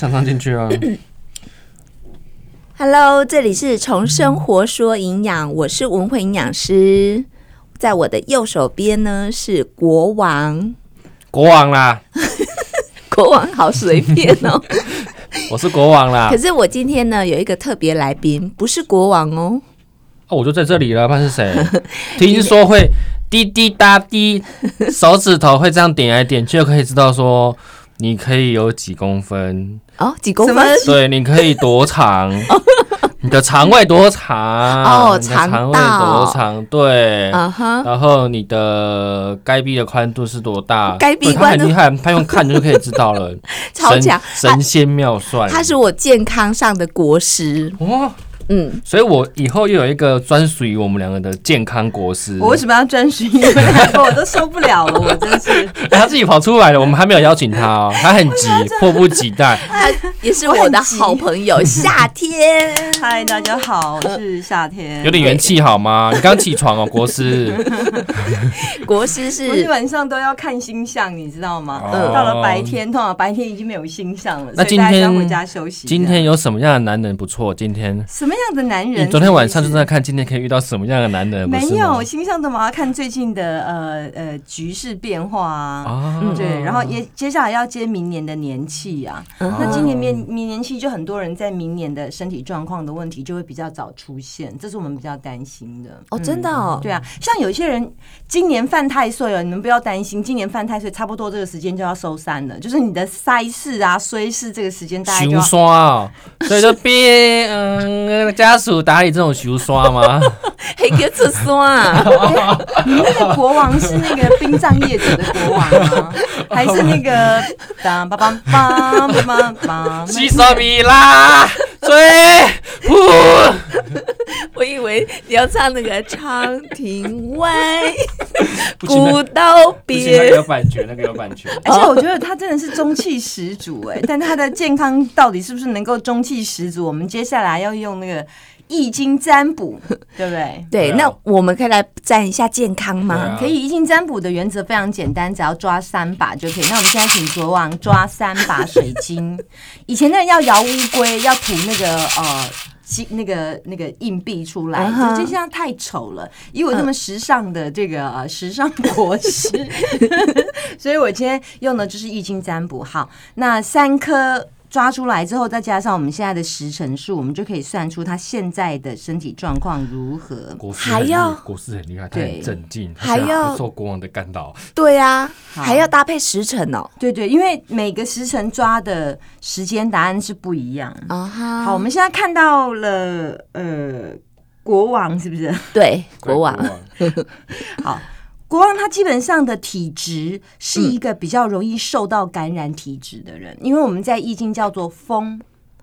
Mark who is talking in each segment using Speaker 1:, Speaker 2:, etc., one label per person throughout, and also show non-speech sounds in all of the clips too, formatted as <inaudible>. Speaker 1: 常常进去
Speaker 2: <laughs>
Speaker 1: 啊，
Speaker 2: Hello，这里是从生活说营养，我是文慧营养师。在我的右手边呢是国王， <laughs>
Speaker 1: 国王啦，
Speaker 2: 国王好随便哦。
Speaker 1: 我是国王啦，<laughs>
Speaker 2: 可
Speaker 1: 啊
Speaker 2: 是我今天呢有一个特别来宾，不是国王哦，
Speaker 1: 啊我就在这里了，怕是
Speaker 2: <laughs>
Speaker 1: 谁？听说会滴滴答滴，手指头会这样点来点去，就可以知道说你可以有几公分，
Speaker 2: 哦，几公
Speaker 3: 什
Speaker 2: 分
Speaker 3: 么？
Speaker 1: 对，你可以多
Speaker 2: <laughs>
Speaker 1: 长，你的肠胃多长，
Speaker 2: 哦
Speaker 1: 你的肠胃
Speaker 2: 肠道
Speaker 1: 多长，对。
Speaker 2: 啊哈，
Speaker 1: 然后你的该闭的宽度是多大？
Speaker 2: 该闭
Speaker 1: 对他
Speaker 2: 宽度
Speaker 1: 很厉害，他用看就可以知道了，
Speaker 2: <laughs> 超
Speaker 1: 神
Speaker 2: 强啊
Speaker 1: 神仙妙算。
Speaker 2: 他是我健康上的国师。
Speaker 1: 哦，
Speaker 2: 嗯，
Speaker 1: 所以我以后又有一个专属于我们两个的健康国师。
Speaker 3: 我为什么要专 <laughs> 属于你们两个？我都受不了了，我真是，
Speaker 1: 哎他自己跑出来了，我们还没有邀请他
Speaker 3: <laughs>
Speaker 1: 哦，他很急，迫不及待。
Speaker 2: 他也是我的好朋
Speaker 1: <laughs>
Speaker 2: 友，夏天。
Speaker 3: 嗨，大家好，我是夏天
Speaker 1: 有。点元气好吗？你刚起床哦，国师。
Speaker 2: 国师
Speaker 3: 我是
Speaker 2: 是
Speaker 3: 晚上都要看星象，你知道吗？
Speaker 1: 哦
Speaker 3: 到了白天，通常白天已经没有星象了，
Speaker 1: 那
Speaker 3: 所以大
Speaker 1: 今
Speaker 3: 家
Speaker 1: 天
Speaker 3: 要回家休息。
Speaker 1: 今天有什么样的男人不错？今天
Speaker 3: 什么样的男
Speaker 1: 你
Speaker 3: 人？
Speaker 1: 昨天晚上就
Speaker 3: 什
Speaker 1: 是
Speaker 3: 么
Speaker 1: 在
Speaker 3: 意思
Speaker 1: 看今天可以遇到什么样的男人，不
Speaker 3: 没
Speaker 1: 是吗
Speaker 3: 有星象的嘛，要看最近的呃呃局势变化啊。
Speaker 1: 啊
Speaker 2: 嗯
Speaker 3: 对，然后也接下来要接明年的年气啊，
Speaker 2: 嗯
Speaker 3: 那
Speaker 1: 哦
Speaker 3: 今年明明年气就很多人在明年的身体状况的问题就会比较早出现，这是我们比较担心的。
Speaker 1: 嗯
Speaker 2: 哦，真的哦，
Speaker 3: 对啊，像有些人今年犯太岁哦了，你们不要担心，今年犯太岁差不多这个时间就要收山了，就是你的塞事啊、衰事这个时间大概就
Speaker 1: 熊
Speaker 3: 要。
Speaker 1: 刷哦，所以就别嗯家属打理这种熊刷
Speaker 3: <laughs>
Speaker 1: 吗？
Speaker 2: 黑哥这酸 <laughs> 啊，
Speaker 3: 哦哎那个国王是那个殡葬业者的国王吗？还是那个当梆梆梆梆梆？
Speaker 1: 西索比
Speaker 3: <laughs>
Speaker 1: 拉追呼。
Speaker 2: 我以为你要唱那个《长亭外，
Speaker 1: 不行那
Speaker 2: 古道
Speaker 1: 不行，那
Speaker 2: 边
Speaker 1: 个》。有版权，那个有版权。
Speaker 3: 而且我觉得他真的是中气十足哎、但他的健康到底是不是能够中气十足？我们接下来要用那个易经占卜，对不对？
Speaker 1: 对
Speaker 2: 对，
Speaker 1: 啊
Speaker 2: 那我们可以来占一下健康
Speaker 1: 对
Speaker 2: 吗
Speaker 1: 啊？
Speaker 3: 可以，易经占卜的原则非常简单，只要抓三把就可以。那我们现在请国王抓三把水晶。以前的人要摇乌龟，要吐那个呃。金那个那个硬币出来，
Speaker 2: 啊哈
Speaker 3: 这这现在太丑了。以我这么时尚的这个、呃、时尚国师， <laughs> 所以我今天用的就是易经占卜。好，那三颗抓出来之后，再加上我们现在的时辰数，我们就可以算出他现在的身体状况如何。
Speaker 1: 国
Speaker 2: 师很厉还要
Speaker 1: 国师很厉害，
Speaker 3: 他很镇
Speaker 1: 静，啊
Speaker 2: 他现在还要不受
Speaker 1: 国王的干扰。
Speaker 2: 对啊，
Speaker 3: 好
Speaker 2: 还要搭配时辰哦。
Speaker 3: 对对，因为每个时辰抓的时间答案是不一样。
Speaker 2: 啊哈，
Speaker 3: 好，我们现在看到了，呃，国王是不是？ <laughs>
Speaker 2: 对国王，
Speaker 3: 好，国王他基本上的体质是一个比较容易受到感染体质的人，因为我们在易经叫做风。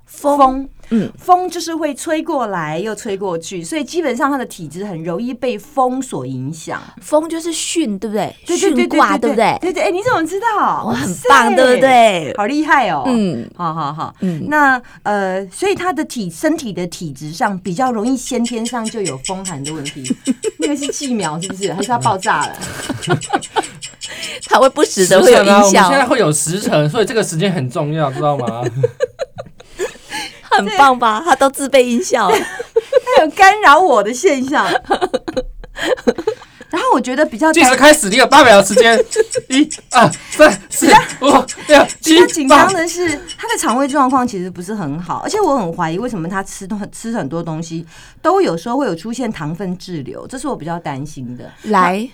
Speaker 3: 风，
Speaker 2: 嗯，
Speaker 3: 风就是会吹过来又吹过去，所以基本上他的体质很容易被风所影响。
Speaker 2: 风就是巽，对不对？
Speaker 3: 对对对
Speaker 2: 巽卦，对不对？
Speaker 3: 对对，哎，你怎么知道？
Speaker 2: 我很
Speaker 3: 哇塞
Speaker 2: 棒，对不？对？
Speaker 3: 好厉害哦！
Speaker 2: 嗯
Speaker 3: 好好好，
Speaker 2: 嗯，
Speaker 3: 那呃，所以他的体身体的体质上比较容易先天上就有风寒的问 <laughs> 题，那个是气苗是不是？还是它爆炸了？
Speaker 2: 它会不时
Speaker 1: 时
Speaker 2: 的会有
Speaker 1: 辰啊，
Speaker 2: 音
Speaker 1: 我们现在
Speaker 2: 效，
Speaker 1: 会有时
Speaker 2: <laughs>
Speaker 1: 辰，所以这个时间很重要，知道吗？
Speaker 2: 很棒吧？它都自备音效，
Speaker 3: 它有干扰我的现象。然后我觉得比较
Speaker 1: 计时
Speaker 3: 担
Speaker 1: 开始，你有八秒时间，一、二、三、四、五、六、
Speaker 3: 比较
Speaker 1: 七、
Speaker 3: 紧
Speaker 1: 八
Speaker 3: 张。的是，他的肠胃状况其实不是很好，而且我很怀疑为什么他吃东吃很多东西都有时候会有出现糖分滞留，这是我比较担心的。
Speaker 2: <laughs> 来。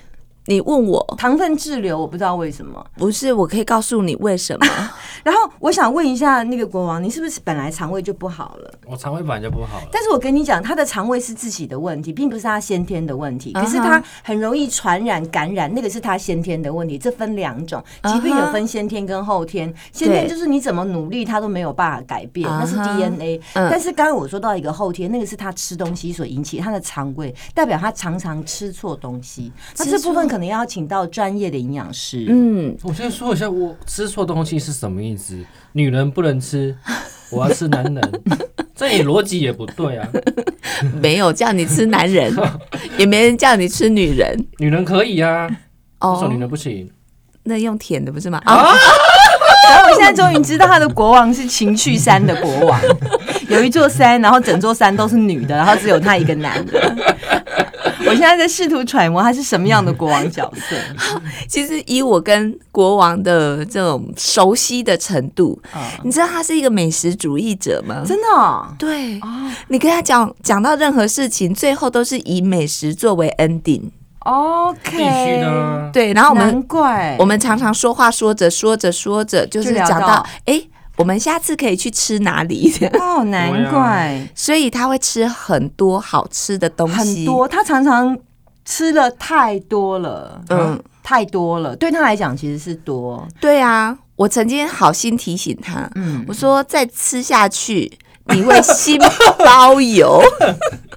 Speaker 2: 你问我
Speaker 3: 糖分滞留，我不知道为什么。
Speaker 2: 不是，我可以告诉你为什么？
Speaker 3: 然后我想问一下那个国王，你是不是本来肠胃就不好了？
Speaker 1: 我肠胃本来就不好了，
Speaker 3: 但是我跟你讲，他的肠胃是自己的问题，并不是他先天的问题。
Speaker 2: 啊哈
Speaker 3: 可是他很容易传染感染，那个是他先天的问题。这分两种，
Speaker 2: 嗯
Speaker 3: 疾病有分先天跟后天。先天就是你怎么努力，他都没有办法改变，
Speaker 2: 啊哈
Speaker 3: 那是 DNA。
Speaker 2: 嗯
Speaker 3: 但是刚刚我说到一个后天，那个是他吃东西所引起他的肠胃，代表他常常吃错东西。那这
Speaker 2: 吃错
Speaker 3: 部分可能要请到专业的营养师。
Speaker 2: <laughs> 嗯，
Speaker 1: 我先说一下，我吃错东西是什么意思？女人不能吃，我要吃男人，这你逻辑也不对啊。
Speaker 2: 没有叫你吃
Speaker 1: <laughs>
Speaker 2: 男人，也没人叫你吃女人
Speaker 1: 女人可以啊，为什
Speaker 2: 哦
Speaker 1: 么。女人不行？
Speaker 2: 那用舔的不是吗？啊，
Speaker 3: 然后我现在终于知道他的国王是情趣山的
Speaker 1: <laughs>
Speaker 3: 国王，有一座山，然后整座山都是女的，然后只有他一个男的。我现在在试图揣摩他是什么样的国王角色。
Speaker 2: 其实以我跟国王的这种熟悉的程度，
Speaker 3: 嗯
Speaker 2: 你知道他是一个美食主义者吗？
Speaker 3: 真的哦，
Speaker 2: 对，
Speaker 3: 哦
Speaker 2: 你跟他讲讲到任何事情，最后都是以美食作为 ending。
Speaker 3: ，OK，
Speaker 1: 必须的啊。
Speaker 2: 对，然后我们
Speaker 3: 难怪
Speaker 2: 我们常常说话说着说着说着，就是
Speaker 3: 就聊
Speaker 2: 讲
Speaker 3: 到
Speaker 2: 到哎、诶我们下次可以去吃哪里？ <laughs> 这样
Speaker 3: 哦，难怪
Speaker 2: 所以他会吃很多好吃的
Speaker 1: 啊
Speaker 2: 东
Speaker 3: 很
Speaker 2: 西，
Speaker 3: 多，他常常吃了太多了，
Speaker 2: 嗯，
Speaker 3: 太多了，对他来讲其实是多，
Speaker 2: 对啊，我曾经好心提醒他，
Speaker 3: 嗯，
Speaker 2: 我说再吃下去你会心包油，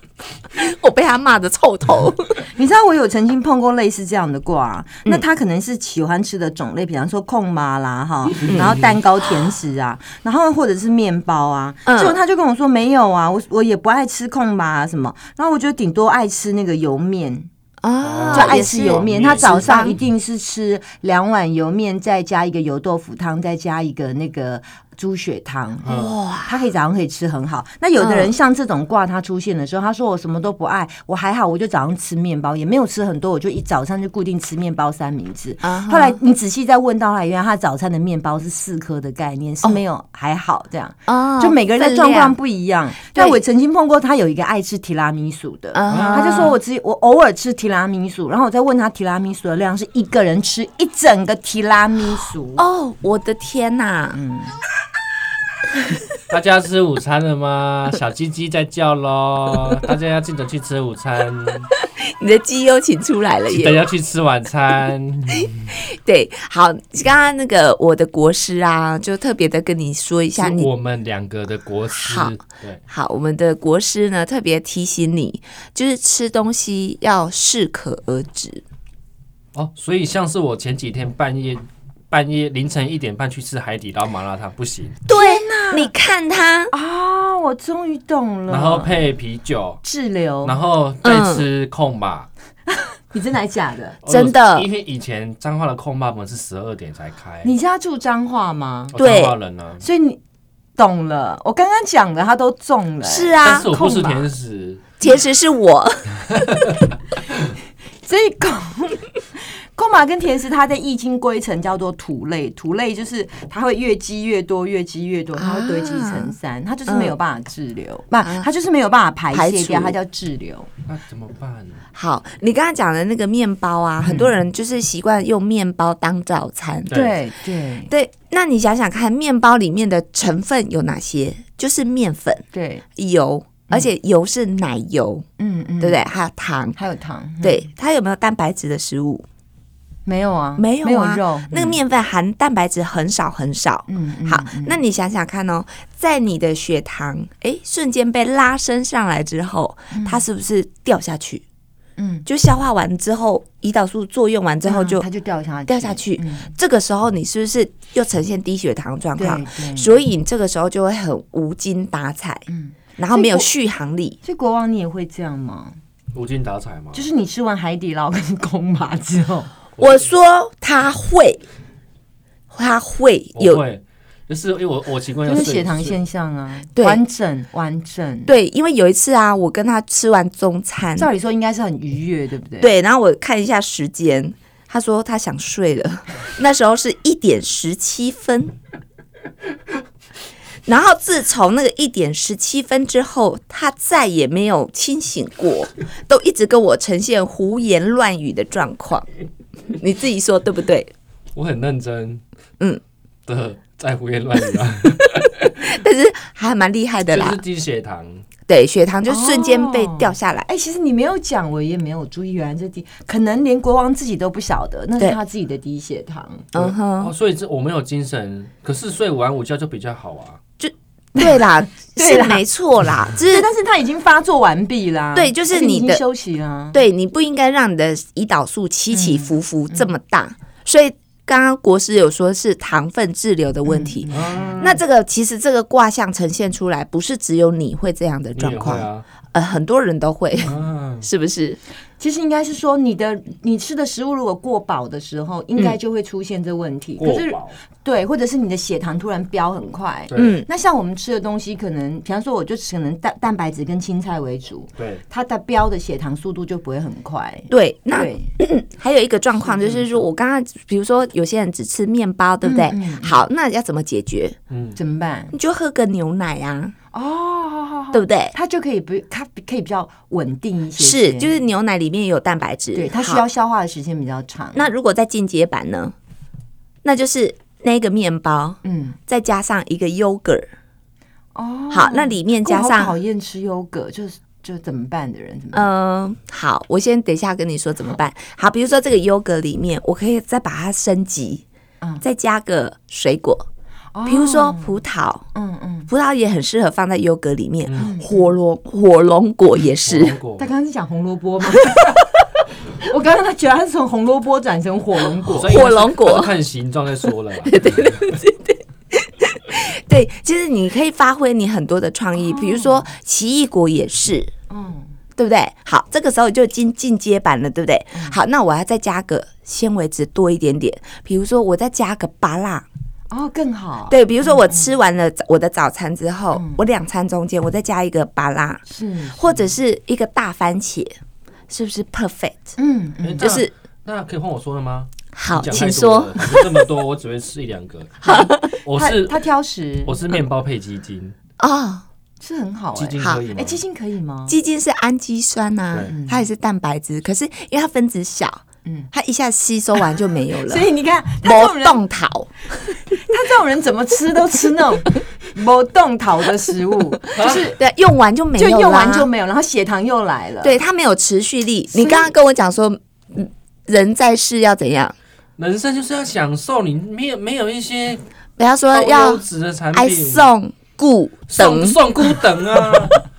Speaker 3: <laughs>
Speaker 2: 我被他骂的臭头。
Speaker 3: <laughs> 你知道我有曾经碰过类似这样的卦，那他可能是喜欢吃的种类，比方说控麻啦哈，然后蛋糕、甜食啊，然后或者是面包啊。
Speaker 2: 嗯
Speaker 3: 结果他就跟我说没有啊，我我也不爱吃控麻啊什么，然后我就顶多爱吃那个油面，
Speaker 2: 啊，
Speaker 3: 就爱
Speaker 2: 也
Speaker 3: 吃
Speaker 2: 是
Speaker 3: 油面。
Speaker 1: 也是
Speaker 3: 他早上一定是吃两碗油面，再加一个油豆腐汤，再加一个那个猪血汤。嗯
Speaker 2: 哇，
Speaker 3: 他可以早上可以吃很好。那有的人
Speaker 2: 嗯
Speaker 3: 像这种卦，他出现的时候，他说我什么都不爱，我还好，我就早上吃面包，也没有吃很多，我就一早上就固定吃面包三明治。
Speaker 2: 啊哈
Speaker 3: 后来你仔细再问到他，原来他早餐的面包是四颗的概念，是没有还好这样，
Speaker 2: 啊
Speaker 3: 就每个人的状况
Speaker 2: 哦分量
Speaker 3: 不一样。
Speaker 2: 对
Speaker 3: 但我曾经碰过他有一个爱吃提拉米苏的，
Speaker 2: 啊哈
Speaker 3: 他就说我只我偶尔吃提拉米苏，然后我再问他提拉米苏的量，是一个人吃一整个提拉米苏。
Speaker 2: 哦，我的天哪、
Speaker 3: 嗯
Speaker 1: 大家吃午餐了
Speaker 2: <laughs>
Speaker 1: 吗？小鸡鸡在叫喽，大家要记得去吃午
Speaker 2: <laughs>
Speaker 1: 餐，
Speaker 2: 你的绩优请出来了
Speaker 1: 记得
Speaker 2: 耶！
Speaker 1: 要去吃晚餐。
Speaker 2: 对，好，刚刚那个我的国师啊，就特别的跟你说一下，
Speaker 1: 是
Speaker 2: 你
Speaker 1: 我们两个的国师
Speaker 2: 好，
Speaker 1: 对，
Speaker 2: 好，我们的国师呢特别提醒你，就是吃东西要适可而止。
Speaker 1: 哦，所以像是我前几天半夜。半夜凌晨一点半去吃海底捞麻辣烫不行，
Speaker 2: 对，你看他，
Speaker 3: 啊、我终于懂
Speaker 2: 嗯
Speaker 3: 了。
Speaker 1: 然后配啤酒，
Speaker 3: 滞留，
Speaker 1: 然后再吃控吧。
Speaker 3: 你真的还假的？
Speaker 2: 嗯真的
Speaker 1: 因为以前彰化的控吧门是十二点才开，
Speaker 3: 你家住彰化吗？
Speaker 1: 我
Speaker 2: 对
Speaker 1: 彰化人啊呢、
Speaker 3: 所以你懂了，我刚刚讲的他都中了、
Speaker 2: 是
Speaker 3: 啊，
Speaker 1: 哎但
Speaker 2: 啊
Speaker 1: 是，我不吃
Speaker 3: 控吧
Speaker 1: 甜食，
Speaker 2: 其实是我，
Speaker 3: 所以公公马跟甜食，它在易经归成叫做土类，土类就是它会越积越多，越积越多，它会堆积
Speaker 1: 啊
Speaker 3: 成山，它就是
Speaker 1: 嗯
Speaker 3: 没有办法滞留，不、它就是没有办法排泄掉，
Speaker 2: 排除
Speaker 3: 它叫滞留。
Speaker 1: 那怎么办？
Speaker 2: 好，你刚刚讲的那个面包啊，很多人就是习惯用面包当早餐。
Speaker 1: 对
Speaker 3: 嗯对
Speaker 2: 对，那你想想看，面包里面的成分有哪些？就是面粉、
Speaker 3: 对，
Speaker 2: 油，而且油是奶油，
Speaker 3: 嗯嗯，
Speaker 2: 对不对？还有糖。
Speaker 3: 还有糖，嗯，
Speaker 2: 对，它有没有蛋白质的食物？
Speaker 3: 没有啊，
Speaker 2: 没有啊
Speaker 3: 没有肉，
Speaker 2: 那个面粉含蛋白质很少很少。
Speaker 3: 嗯，嗯
Speaker 2: 好，那你想想看哦，在你的血糖诶瞬间被拉升上来之后，它是不是掉下去？
Speaker 3: 嗯，
Speaker 2: 就消化完之后，胰岛素作用完之后就、
Speaker 3: 它就掉下去，
Speaker 2: 掉下去
Speaker 3: 嗯
Speaker 2: 这个时候你是不是又呈现低血糖状
Speaker 3: 对
Speaker 2: 况？
Speaker 3: 对。
Speaker 1: 嗯
Speaker 2: 所以你这个时候就会很无精打采，
Speaker 3: 嗯
Speaker 2: 然后没有
Speaker 3: 所
Speaker 2: 续航力。
Speaker 3: 所以国王，你也会这样吗？
Speaker 1: 无精打采吗？
Speaker 3: 就是你吃完海底捞跟公马之后，
Speaker 2: 我说他会，他会
Speaker 1: 我
Speaker 2: 有
Speaker 1: 会，就是因为我 <laughs> 我习惯要
Speaker 3: 就是
Speaker 1: 睡
Speaker 3: 血糖
Speaker 1: 睡
Speaker 3: 现象啊，
Speaker 2: 对
Speaker 3: 完整完整。，
Speaker 2: 对，因为有一次啊，我跟他吃完中餐，
Speaker 3: 照理说应该是很愉悦，对不对？，
Speaker 2: 对，然后我看一下时间，他说他想睡了， <laughs> 那时候是一点十七分。 <laughs> 然后自从那个一点十七分之后，他再也没有清醒过，都一直跟我呈现胡言乱语的状况。 <laughs> 你自己说对不对？
Speaker 1: 我很认真，
Speaker 2: 嗯
Speaker 1: 的在胡言乱语啊，
Speaker 2: 但是还蛮厉害的
Speaker 1: 就
Speaker 2: 啦
Speaker 1: 是，低血糖。
Speaker 2: 对，血糖就瞬间被掉下来。
Speaker 3: 哎，其实你没有讲，我也没有注意，原来这低，可能连国王自己都不晓得，那
Speaker 2: 对
Speaker 3: 是他自己的低血糖。
Speaker 2: 嗯哼，
Speaker 1: 哦，所以这我没有精神，可是睡完午觉就比较好啊。
Speaker 2: 对啦，
Speaker 3: 对
Speaker 2: 是
Speaker 3: 啦
Speaker 2: 没错啦，只是
Speaker 3: 对，但是他已经发作完毕啦。
Speaker 2: 对就是
Speaker 3: 而且你
Speaker 2: 你
Speaker 3: 已
Speaker 2: 的
Speaker 3: 经休息啦。
Speaker 2: 对你不应该让你的胰岛素起
Speaker 3: 嗯
Speaker 2: 起伏伏这么大，所以刚刚国师有说是糖分滞留的问题。
Speaker 3: 嗯
Speaker 1: 啊，
Speaker 2: 那这个其实这个卦象呈现出来，不是只有你会这样的
Speaker 1: 你
Speaker 2: 状
Speaker 1: 也会
Speaker 2: 况，
Speaker 1: 啊。
Speaker 3: 嗯
Speaker 2: 呃，很多人都会，
Speaker 1: 啊，
Speaker 2: <laughs> 是不是？
Speaker 3: 其实应该是说你的你吃的食物如果过饱的时候，应该就会出现这问题。可
Speaker 1: 过
Speaker 3: 是
Speaker 1: 饱，
Speaker 3: 对，或者是你的血糖突然飙很快。
Speaker 1: 对
Speaker 2: 嗯，
Speaker 3: 那像我们吃的东西，可能比方说，我就只可能蛋蛋白质跟青菜为主，
Speaker 1: 对，
Speaker 3: 它的飙的血糖速度就不会很快。
Speaker 2: 对。那
Speaker 3: 对，嗯
Speaker 2: 还有一个状况就是说，我刚刚比如说有些人只吃面包，对不对？
Speaker 3: 嗯
Speaker 2: 好，那要怎么解决？
Speaker 3: 怎么办？
Speaker 2: 你就喝个牛奶啊，
Speaker 3: 哦，好好好
Speaker 2: 对不对？
Speaker 3: 它就可以不，它可以比较稳定一些些
Speaker 2: 是，就是牛奶里面也有蛋白质，
Speaker 3: 对它需
Speaker 2: 好
Speaker 3: 要消化的时间比较长。
Speaker 2: 那如果在进阶版呢，那就是那个面包
Speaker 3: 嗯，
Speaker 2: 再加上一个 yogurt，
Speaker 3: 哦，
Speaker 2: 好，那里面加
Speaker 3: 我好讨
Speaker 2: 上，
Speaker 3: 厌吃优格，就是就怎么办的人怎么办？
Speaker 2: 嗯、好，我先等一下跟你说怎么办。好，比如说这个 yogurt 里面，我可以再把它升级，
Speaker 3: 嗯
Speaker 2: 再加个水果，
Speaker 3: 哦
Speaker 2: 比如说葡萄，
Speaker 3: 嗯嗯，
Speaker 2: 葡萄也很适合放在 yogurt 里面，火龙火龙果也是，
Speaker 1: 火龙
Speaker 3: 他
Speaker 1: 果
Speaker 3: 刚刚是讲红萝卜吗？ <laughs> 我刚刚他觉得他是从红萝卜转成火龙果，
Speaker 1: 所以它是
Speaker 2: 火龙果
Speaker 1: 它是看形状再说
Speaker 2: <laughs>
Speaker 1: 了啦。对对对，
Speaker 2: <laughs> 对，其实你可以发挥你很多的创
Speaker 3: 哦
Speaker 2: 意，比如说奇异果也是，
Speaker 3: 嗯，
Speaker 2: 对不对？好，这个时候就进进阶版了，对不对？
Speaker 3: 嗯
Speaker 2: 好，那我要再加个纤维质多一点点，比如说我再加个芭辣，
Speaker 3: 哦，更好，，
Speaker 2: 对，比如说
Speaker 3: 嗯
Speaker 2: 我吃完了早我的早餐之后，我两餐中间我再加一个芭辣，
Speaker 3: 是，
Speaker 2: 或
Speaker 3: 嗯
Speaker 2: 者是一个大番茄，是不是 perfect？
Speaker 3: 嗯嗯，
Speaker 1: 那
Speaker 2: 就是
Speaker 1: 哎那可以换我说了吗？
Speaker 2: 好，
Speaker 1: 你讲
Speaker 2: 请
Speaker 1: 太多
Speaker 2: 说
Speaker 1: 了，你这么多，我只会吃一两个。 <laughs> 我
Speaker 3: 他
Speaker 1: 是
Speaker 3: 他挑食，
Speaker 1: 我是面包配鸡精，
Speaker 2: 哦。
Speaker 3: 是很好
Speaker 1: 鸡
Speaker 3: 哎，
Speaker 1: 精可以吗
Speaker 3: 哎，？鸡精可以吗？
Speaker 2: 鸡精是氨基酸呐、
Speaker 1: 对
Speaker 2: 它也是蛋白质，可是因为它分子小，
Speaker 3: 嗯
Speaker 2: 它一下吸收完就没有了
Speaker 3: <laughs> 所。以你看，他这种
Speaker 2: 魔
Speaker 3: 人，
Speaker 2: 动桃，
Speaker 3: 他这种人怎么吃都吃那
Speaker 2: <laughs>
Speaker 3: 种没动桃的食物，就是
Speaker 2: 对，用完就没有
Speaker 3: 就
Speaker 2: 啦，
Speaker 3: 用完就没有，然后血糖又来了。，
Speaker 2: 对，它没有持续力。
Speaker 3: 以
Speaker 2: 你刚刚跟我讲说，嗯人在世要怎样？
Speaker 1: 人生就是要享受，你没有没有一些
Speaker 2: 不要说
Speaker 1: 高
Speaker 2: 要
Speaker 1: 优质的产
Speaker 2: 爱
Speaker 1: 品，
Speaker 2: 送故
Speaker 1: 送
Speaker 2: 等，
Speaker 1: 送孤等啊！ <laughs>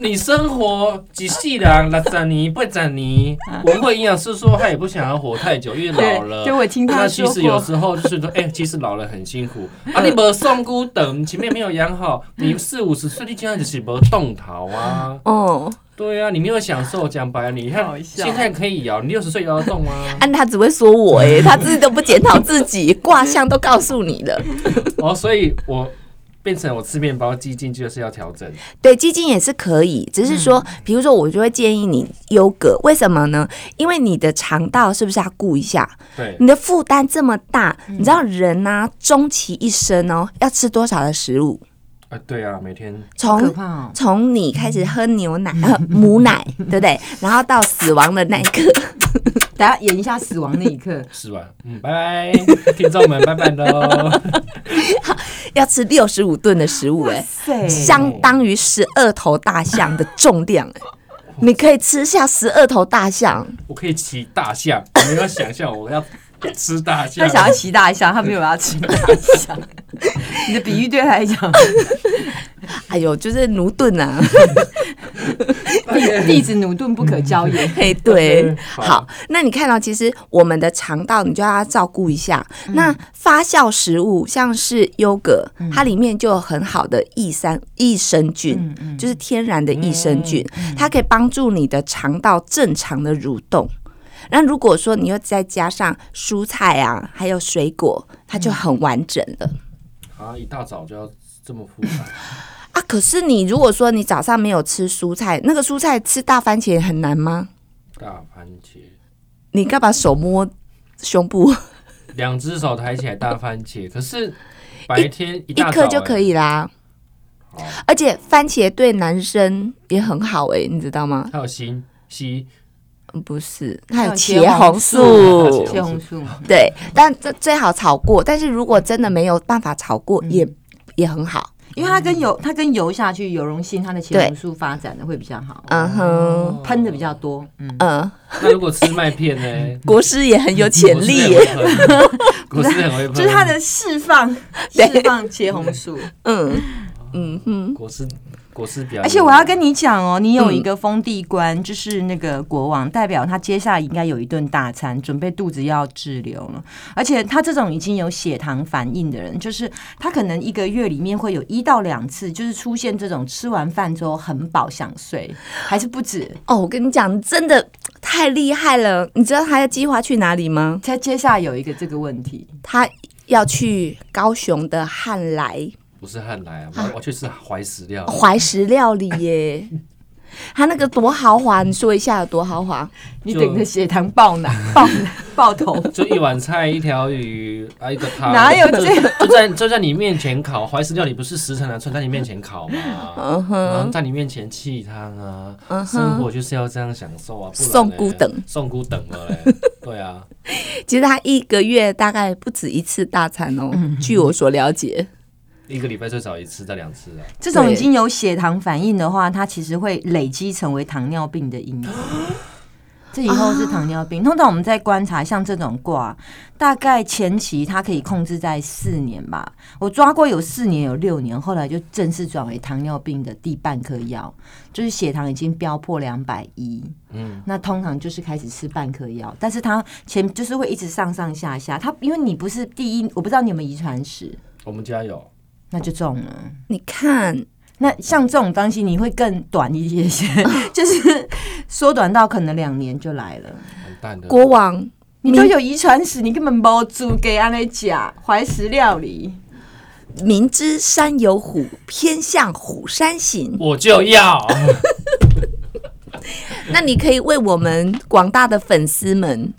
Speaker 1: 你生活几世人，六十年、八十年。文慧营养师说，他也不想要活太久，因为老了。
Speaker 3: 对就 <laughs> 我听他
Speaker 1: 那其
Speaker 3: 说
Speaker 1: 实
Speaker 3: 过
Speaker 1: 有时候就是说，哎、其实老了很辛苦啊！你没送孤等，前面没有养好，
Speaker 3: <laughs>
Speaker 1: 你四五十岁，你竟然就是没动桃啊！
Speaker 2: 哦，
Speaker 1: 对啊，你没有享受。讲白了，你
Speaker 3: 好
Speaker 1: 看
Speaker 3: 笑
Speaker 1: 现在可以摇，你六十岁摇得动
Speaker 3: <laughs>
Speaker 1: 啊！
Speaker 2: 按他只会说我 <laughs> 哎、他自己都不检讨自己，卦象都告诉你了。
Speaker 1: 哦，所以我变成我吃面包基金就是要调整。
Speaker 2: 对，基金也是可以，只是说，比如说，我就会建议你优格，为什么呢？因为你的肠道是不是要顾一下？
Speaker 1: 对，
Speaker 2: 你的负担这么大，你知道人呐、终其一生哦，要吃多少的食物？
Speaker 1: 啊，对啊，每天
Speaker 3: 可
Speaker 2: 从
Speaker 3: 怕哦。
Speaker 2: 从你开始喝牛 <laughs> 奶、呃、母奶，对不对？然后到死亡的那一刻，
Speaker 3: 等下演一下死亡那一
Speaker 2: <laughs>
Speaker 3: 刻，
Speaker 1: 吃完，嗯，拜拜，听众们，拜拜喽。 <laughs>
Speaker 2: 要吃六十五吨的食物、哎，
Speaker 3: 塞
Speaker 2: 相当于十二头大象的重量、哎，你可以吃下十二头大象，
Speaker 1: 我可以骑大象，你们要想象我要吃大
Speaker 3: 他
Speaker 1: 象。
Speaker 3: 想要骑大象，他没有要骑大
Speaker 1: <laughs>
Speaker 3: 象。你的比喻对他来讲，
Speaker 2: 哎呦，就是奴顿啊，
Speaker 3: <laughs> 弟子奴钝不可教也。
Speaker 2: 嘿，对
Speaker 1: OK，，好
Speaker 2: 好，那你看到、其实我们的肠道你就要照顾一下。那发酵食物像是优格，它里面就有很好的益生益生菌，就是天然的益生菌，它可以帮助你的肠道正常的蠕动。那如果说你又再加上蔬菜啊，还有水果，它就很完整了。
Speaker 1: 啊，一大早就要这么复杂，
Speaker 2: 啊，可是你如果说你早上没有吃蔬菜，那个蔬菜吃大番茄很难吗？
Speaker 1: 大番茄，
Speaker 2: 你干嘛手摸胸部？
Speaker 1: 两只手抬起来大番茄，可是白天一
Speaker 2: 一哎
Speaker 1: 大早、
Speaker 2: 颗就可以啦。
Speaker 1: 欸。好，
Speaker 2: 而且番茄对男生也很好哎、你知道吗？
Speaker 1: 还有锌硒，
Speaker 2: 嗯不是，它有
Speaker 3: 茄
Speaker 2: 茄
Speaker 3: 红
Speaker 2: 红
Speaker 1: 素
Speaker 2: 素，
Speaker 3: 切红素，
Speaker 2: 对，但这最好炒过。但是如果真的没有办法炒过，也也很好。
Speaker 3: 因为它跟油，它跟油下去，油溶性它的茄红素发展的会比较好，
Speaker 2: 嗯哼，
Speaker 3: 哦喷的比较多。嗯，
Speaker 2: 嗯，
Speaker 1: 哦那如果吃麦片
Speaker 3: <laughs>
Speaker 1: 呢？
Speaker 2: 国师也很有潜力耶。
Speaker 1: 我是很会喷，我是很
Speaker 3: <laughs>
Speaker 1: 会喷，
Speaker 3: 就是它的释放，
Speaker 2: <laughs> 对
Speaker 3: 释放茄红素。
Speaker 2: 嗯嗯哼，
Speaker 1: 果实果实表演。
Speaker 3: 而且我要跟你讲哦，你有一个封地官，就是那个国王，代表他接下来应该有一顿大餐，准备肚子要滞留了。而且他这种已经有血糖反应的人，就是他可能一个月里面会有一到两次，就是出现这种吃完饭之后很饱想睡，还是不止。
Speaker 2: 哦，我跟你讲，真的太厉害了！你知道他的计划去哪里吗？
Speaker 3: 接接下来有一个这个问题，
Speaker 2: 他要去高雄的汉来
Speaker 1: 不是汉来啊，我我去吃怀石料理，
Speaker 2: 怀石料理耶。 <laughs> 他那个多豪华，你说一下有多豪华？
Speaker 3: 你等着血糖爆奶、爆奶、爆头。
Speaker 1: 就一碗菜、一条鱼啊，一个汤，
Speaker 3: 哪有这
Speaker 1: 样？就在就在你面前烤怀石料理，不是十层难串在你面前烤嘛？
Speaker 2: 嗯
Speaker 1: 然
Speaker 2: 哼，
Speaker 1: 后在你面前气汤啊，
Speaker 2: 嗯哼
Speaker 1: 生活就是要这样享受啊，不然嘞
Speaker 2: 送孤等，
Speaker 1: 送孤等了
Speaker 2: <laughs>
Speaker 1: 嘞，对啊，
Speaker 2: 其实他一个月大概不止一次大餐哦。据我所了解，
Speaker 1: 一个礼拜最少一次到两次啊，
Speaker 3: 这种
Speaker 2: 对
Speaker 3: 已经有血糖反应的话，它其实会累积成为糖尿病的因子。这以后是糖尿病。通常我们在观察像这种卦，大概前期它可以控制在四年吧。我抓过有四年，有六年，后来就正式转为糖尿病的第半颗药，就是血糖已经飙破两百一。
Speaker 1: 嗯，
Speaker 3: 那通常就是开始吃半颗药，但是它前就是会一直上上下下。它因为你不是第一，我不知道你有没有遗传史，
Speaker 1: 我们家有，
Speaker 3: 那就中了。
Speaker 2: 你看，
Speaker 3: 那像这种东西，你会更短一些 <laughs> 些，就是缩短到可能两年就来了。
Speaker 1: 完蛋的，
Speaker 2: 国王
Speaker 3: 你都有遗传史，你根本没煮给安内假怀石料理。
Speaker 2: 明知山有虎，偏向虎山行。
Speaker 1: 我就要， <laughs>
Speaker 2: 那你可以为我们广大的粉丝们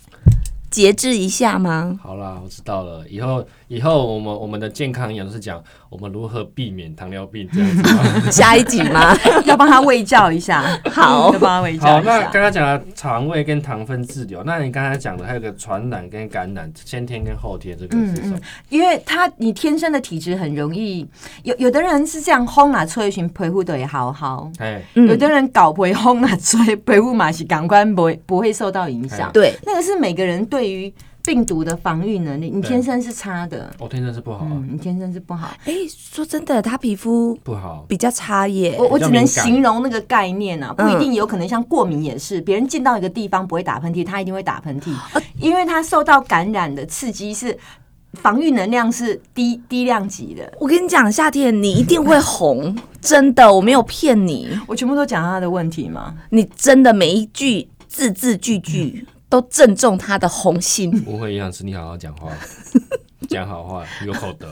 Speaker 2: 节制一
Speaker 1: <laughs>
Speaker 2: 下吗？
Speaker 1: 好啦，我知道了，以后以后我们我们的健康营养都是讲我们如何避免糖尿病这样子吗。
Speaker 2: 下一集吗？
Speaker 3: 要帮他喂教一下，
Speaker 2: <laughs> 好
Speaker 3: 要帮他喂教
Speaker 1: 好，
Speaker 3: 一
Speaker 1: 那
Speaker 3: 下。
Speaker 1: 刚刚讲了肠胃跟糖分滞留，那你刚才讲的还有个传染跟感染，先天跟后天这个是
Speaker 2: 嗯
Speaker 1: 什么？
Speaker 3: 因为他你天生的体质很容易，有有的人是这样轰啊吹寻陪护的也好好，
Speaker 1: 哎、
Speaker 2: 嗯
Speaker 3: 有的人搞陪轰啊吹陪护马是感官不会不会受到影
Speaker 1: 哎
Speaker 3: 响。
Speaker 2: 对，
Speaker 3: 那个是每个人对于病毒的防御能力，你
Speaker 1: 对
Speaker 3: 天生是差的。
Speaker 1: 我天生是不好啊、
Speaker 3: 嗯，你天生是不好。
Speaker 2: 哎、说真的，他皮肤
Speaker 1: 不好。
Speaker 2: 比较差耶。
Speaker 3: 我我
Speaker 1: 比较
Speaker 3: 只能
Speaker 1: 敏感
Speaker 3: 形容那个概念啊，不
Speaker 2: 嗯
Speaker 3: 一定有可能像过敏也是，别人进到一个地方不会打喷嚏，他一定会打喷嚏，
Speaker 1: 啊
Speaker 3: 因为他受到感染的刺激是防御能量是低低量级的。
Speaker 2: 我跟你讲，夏天你一定会红，真的，我没有骗你，
Speaker 3: 我全部都讲他的问题嘛，
Speaker 2: 你真的每一句字字句句
Speaker 1: 嗯
Speaker 2: 都正中他的红心
Speaker 1: 不会营养师，你好好讲
Speaker 2: <laughs>
Speaker 1: 话，讲好话，有口德。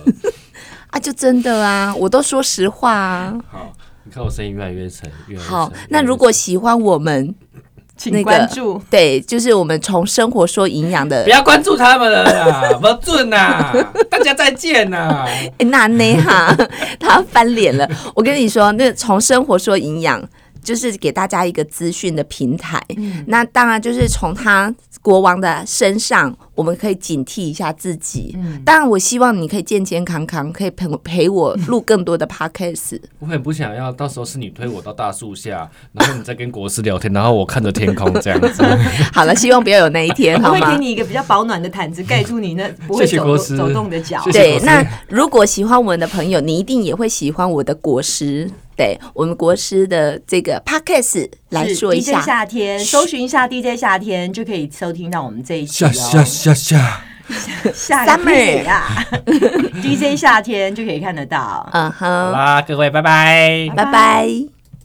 Speaker 2: 啊，就真的啊，我都说实话啊。
Speaker 1: 好，你看我声音越来越沉，越来越沉。
Speaker 2: 好
Speaker 1: 越来越，
Speaker 2: 那
Speaker 1: 沉
Speaker 2: 如果喜欢我们，那
Speaker 3: 请
Speaker 2: 个
Speaker 3: 关注。
Speaker 2: 对，就是我们从生活说营养的
Speaker 1: 不要关注他们了啦，不准呐！ <laughs> 大家再见啊呐！
Speaker 2: 欸那内哈， <laughs> 他翻脸了。我跟你说，那从生活说营养，就是给大家一个资讯的平台。那当然就是从他国王的身上，我们可以警惕一下自己。当然，我希望你可以健健康康，可以陪我陪我录更多的 podcast。 <laughs>
Speaker 1: 我很不想要，到时候是你推我到大树下，然后你再跟国师聊天，然后我看着天空这样
Speaker 2: <laughs>
Speaker 1: 子。
Speaker 2: 好了，希望不要有那一天，
Speaker 3: <laughs> 我
Speaker 2: 好
Speaker 3: 会给
Speaker 2: 吗？
Speaker 3: 你一个比较保暖
Speaker 1: <laughs>
Speaker 3: 的毯子盖住你那不会
Speaker 1: 谢谢
Speaker 3: 走
Speaker 1: 国
Speaker 3: 动
Speaker 1: 师
Speaker 3: 走动的脚
Speaker 1: 谢。谢
Speaker 2: 对
Speaker 1: 老，师
Speaker 2: 那如果喜欢我们的朋友，你一定也会喜欢我的国师。对我们国师的这个 podcast 来
Speaker 3: 是
Speaker 2: 说一
Speaker 3: DJ 夏天，搜寻一下 DJ 夏天就可以收听到我们这一期哦。
Speaker 1: 下下，
Speaker 3: 下个啊屁 <laughs> 呀！DJ 夏天就可以看得到。
Speaker 2: 嗯
Speaker 1: 好
Speaker 2: 哼，
Speaker 1: 啦，各位，拜拜。
Speaker 2: 拜拜。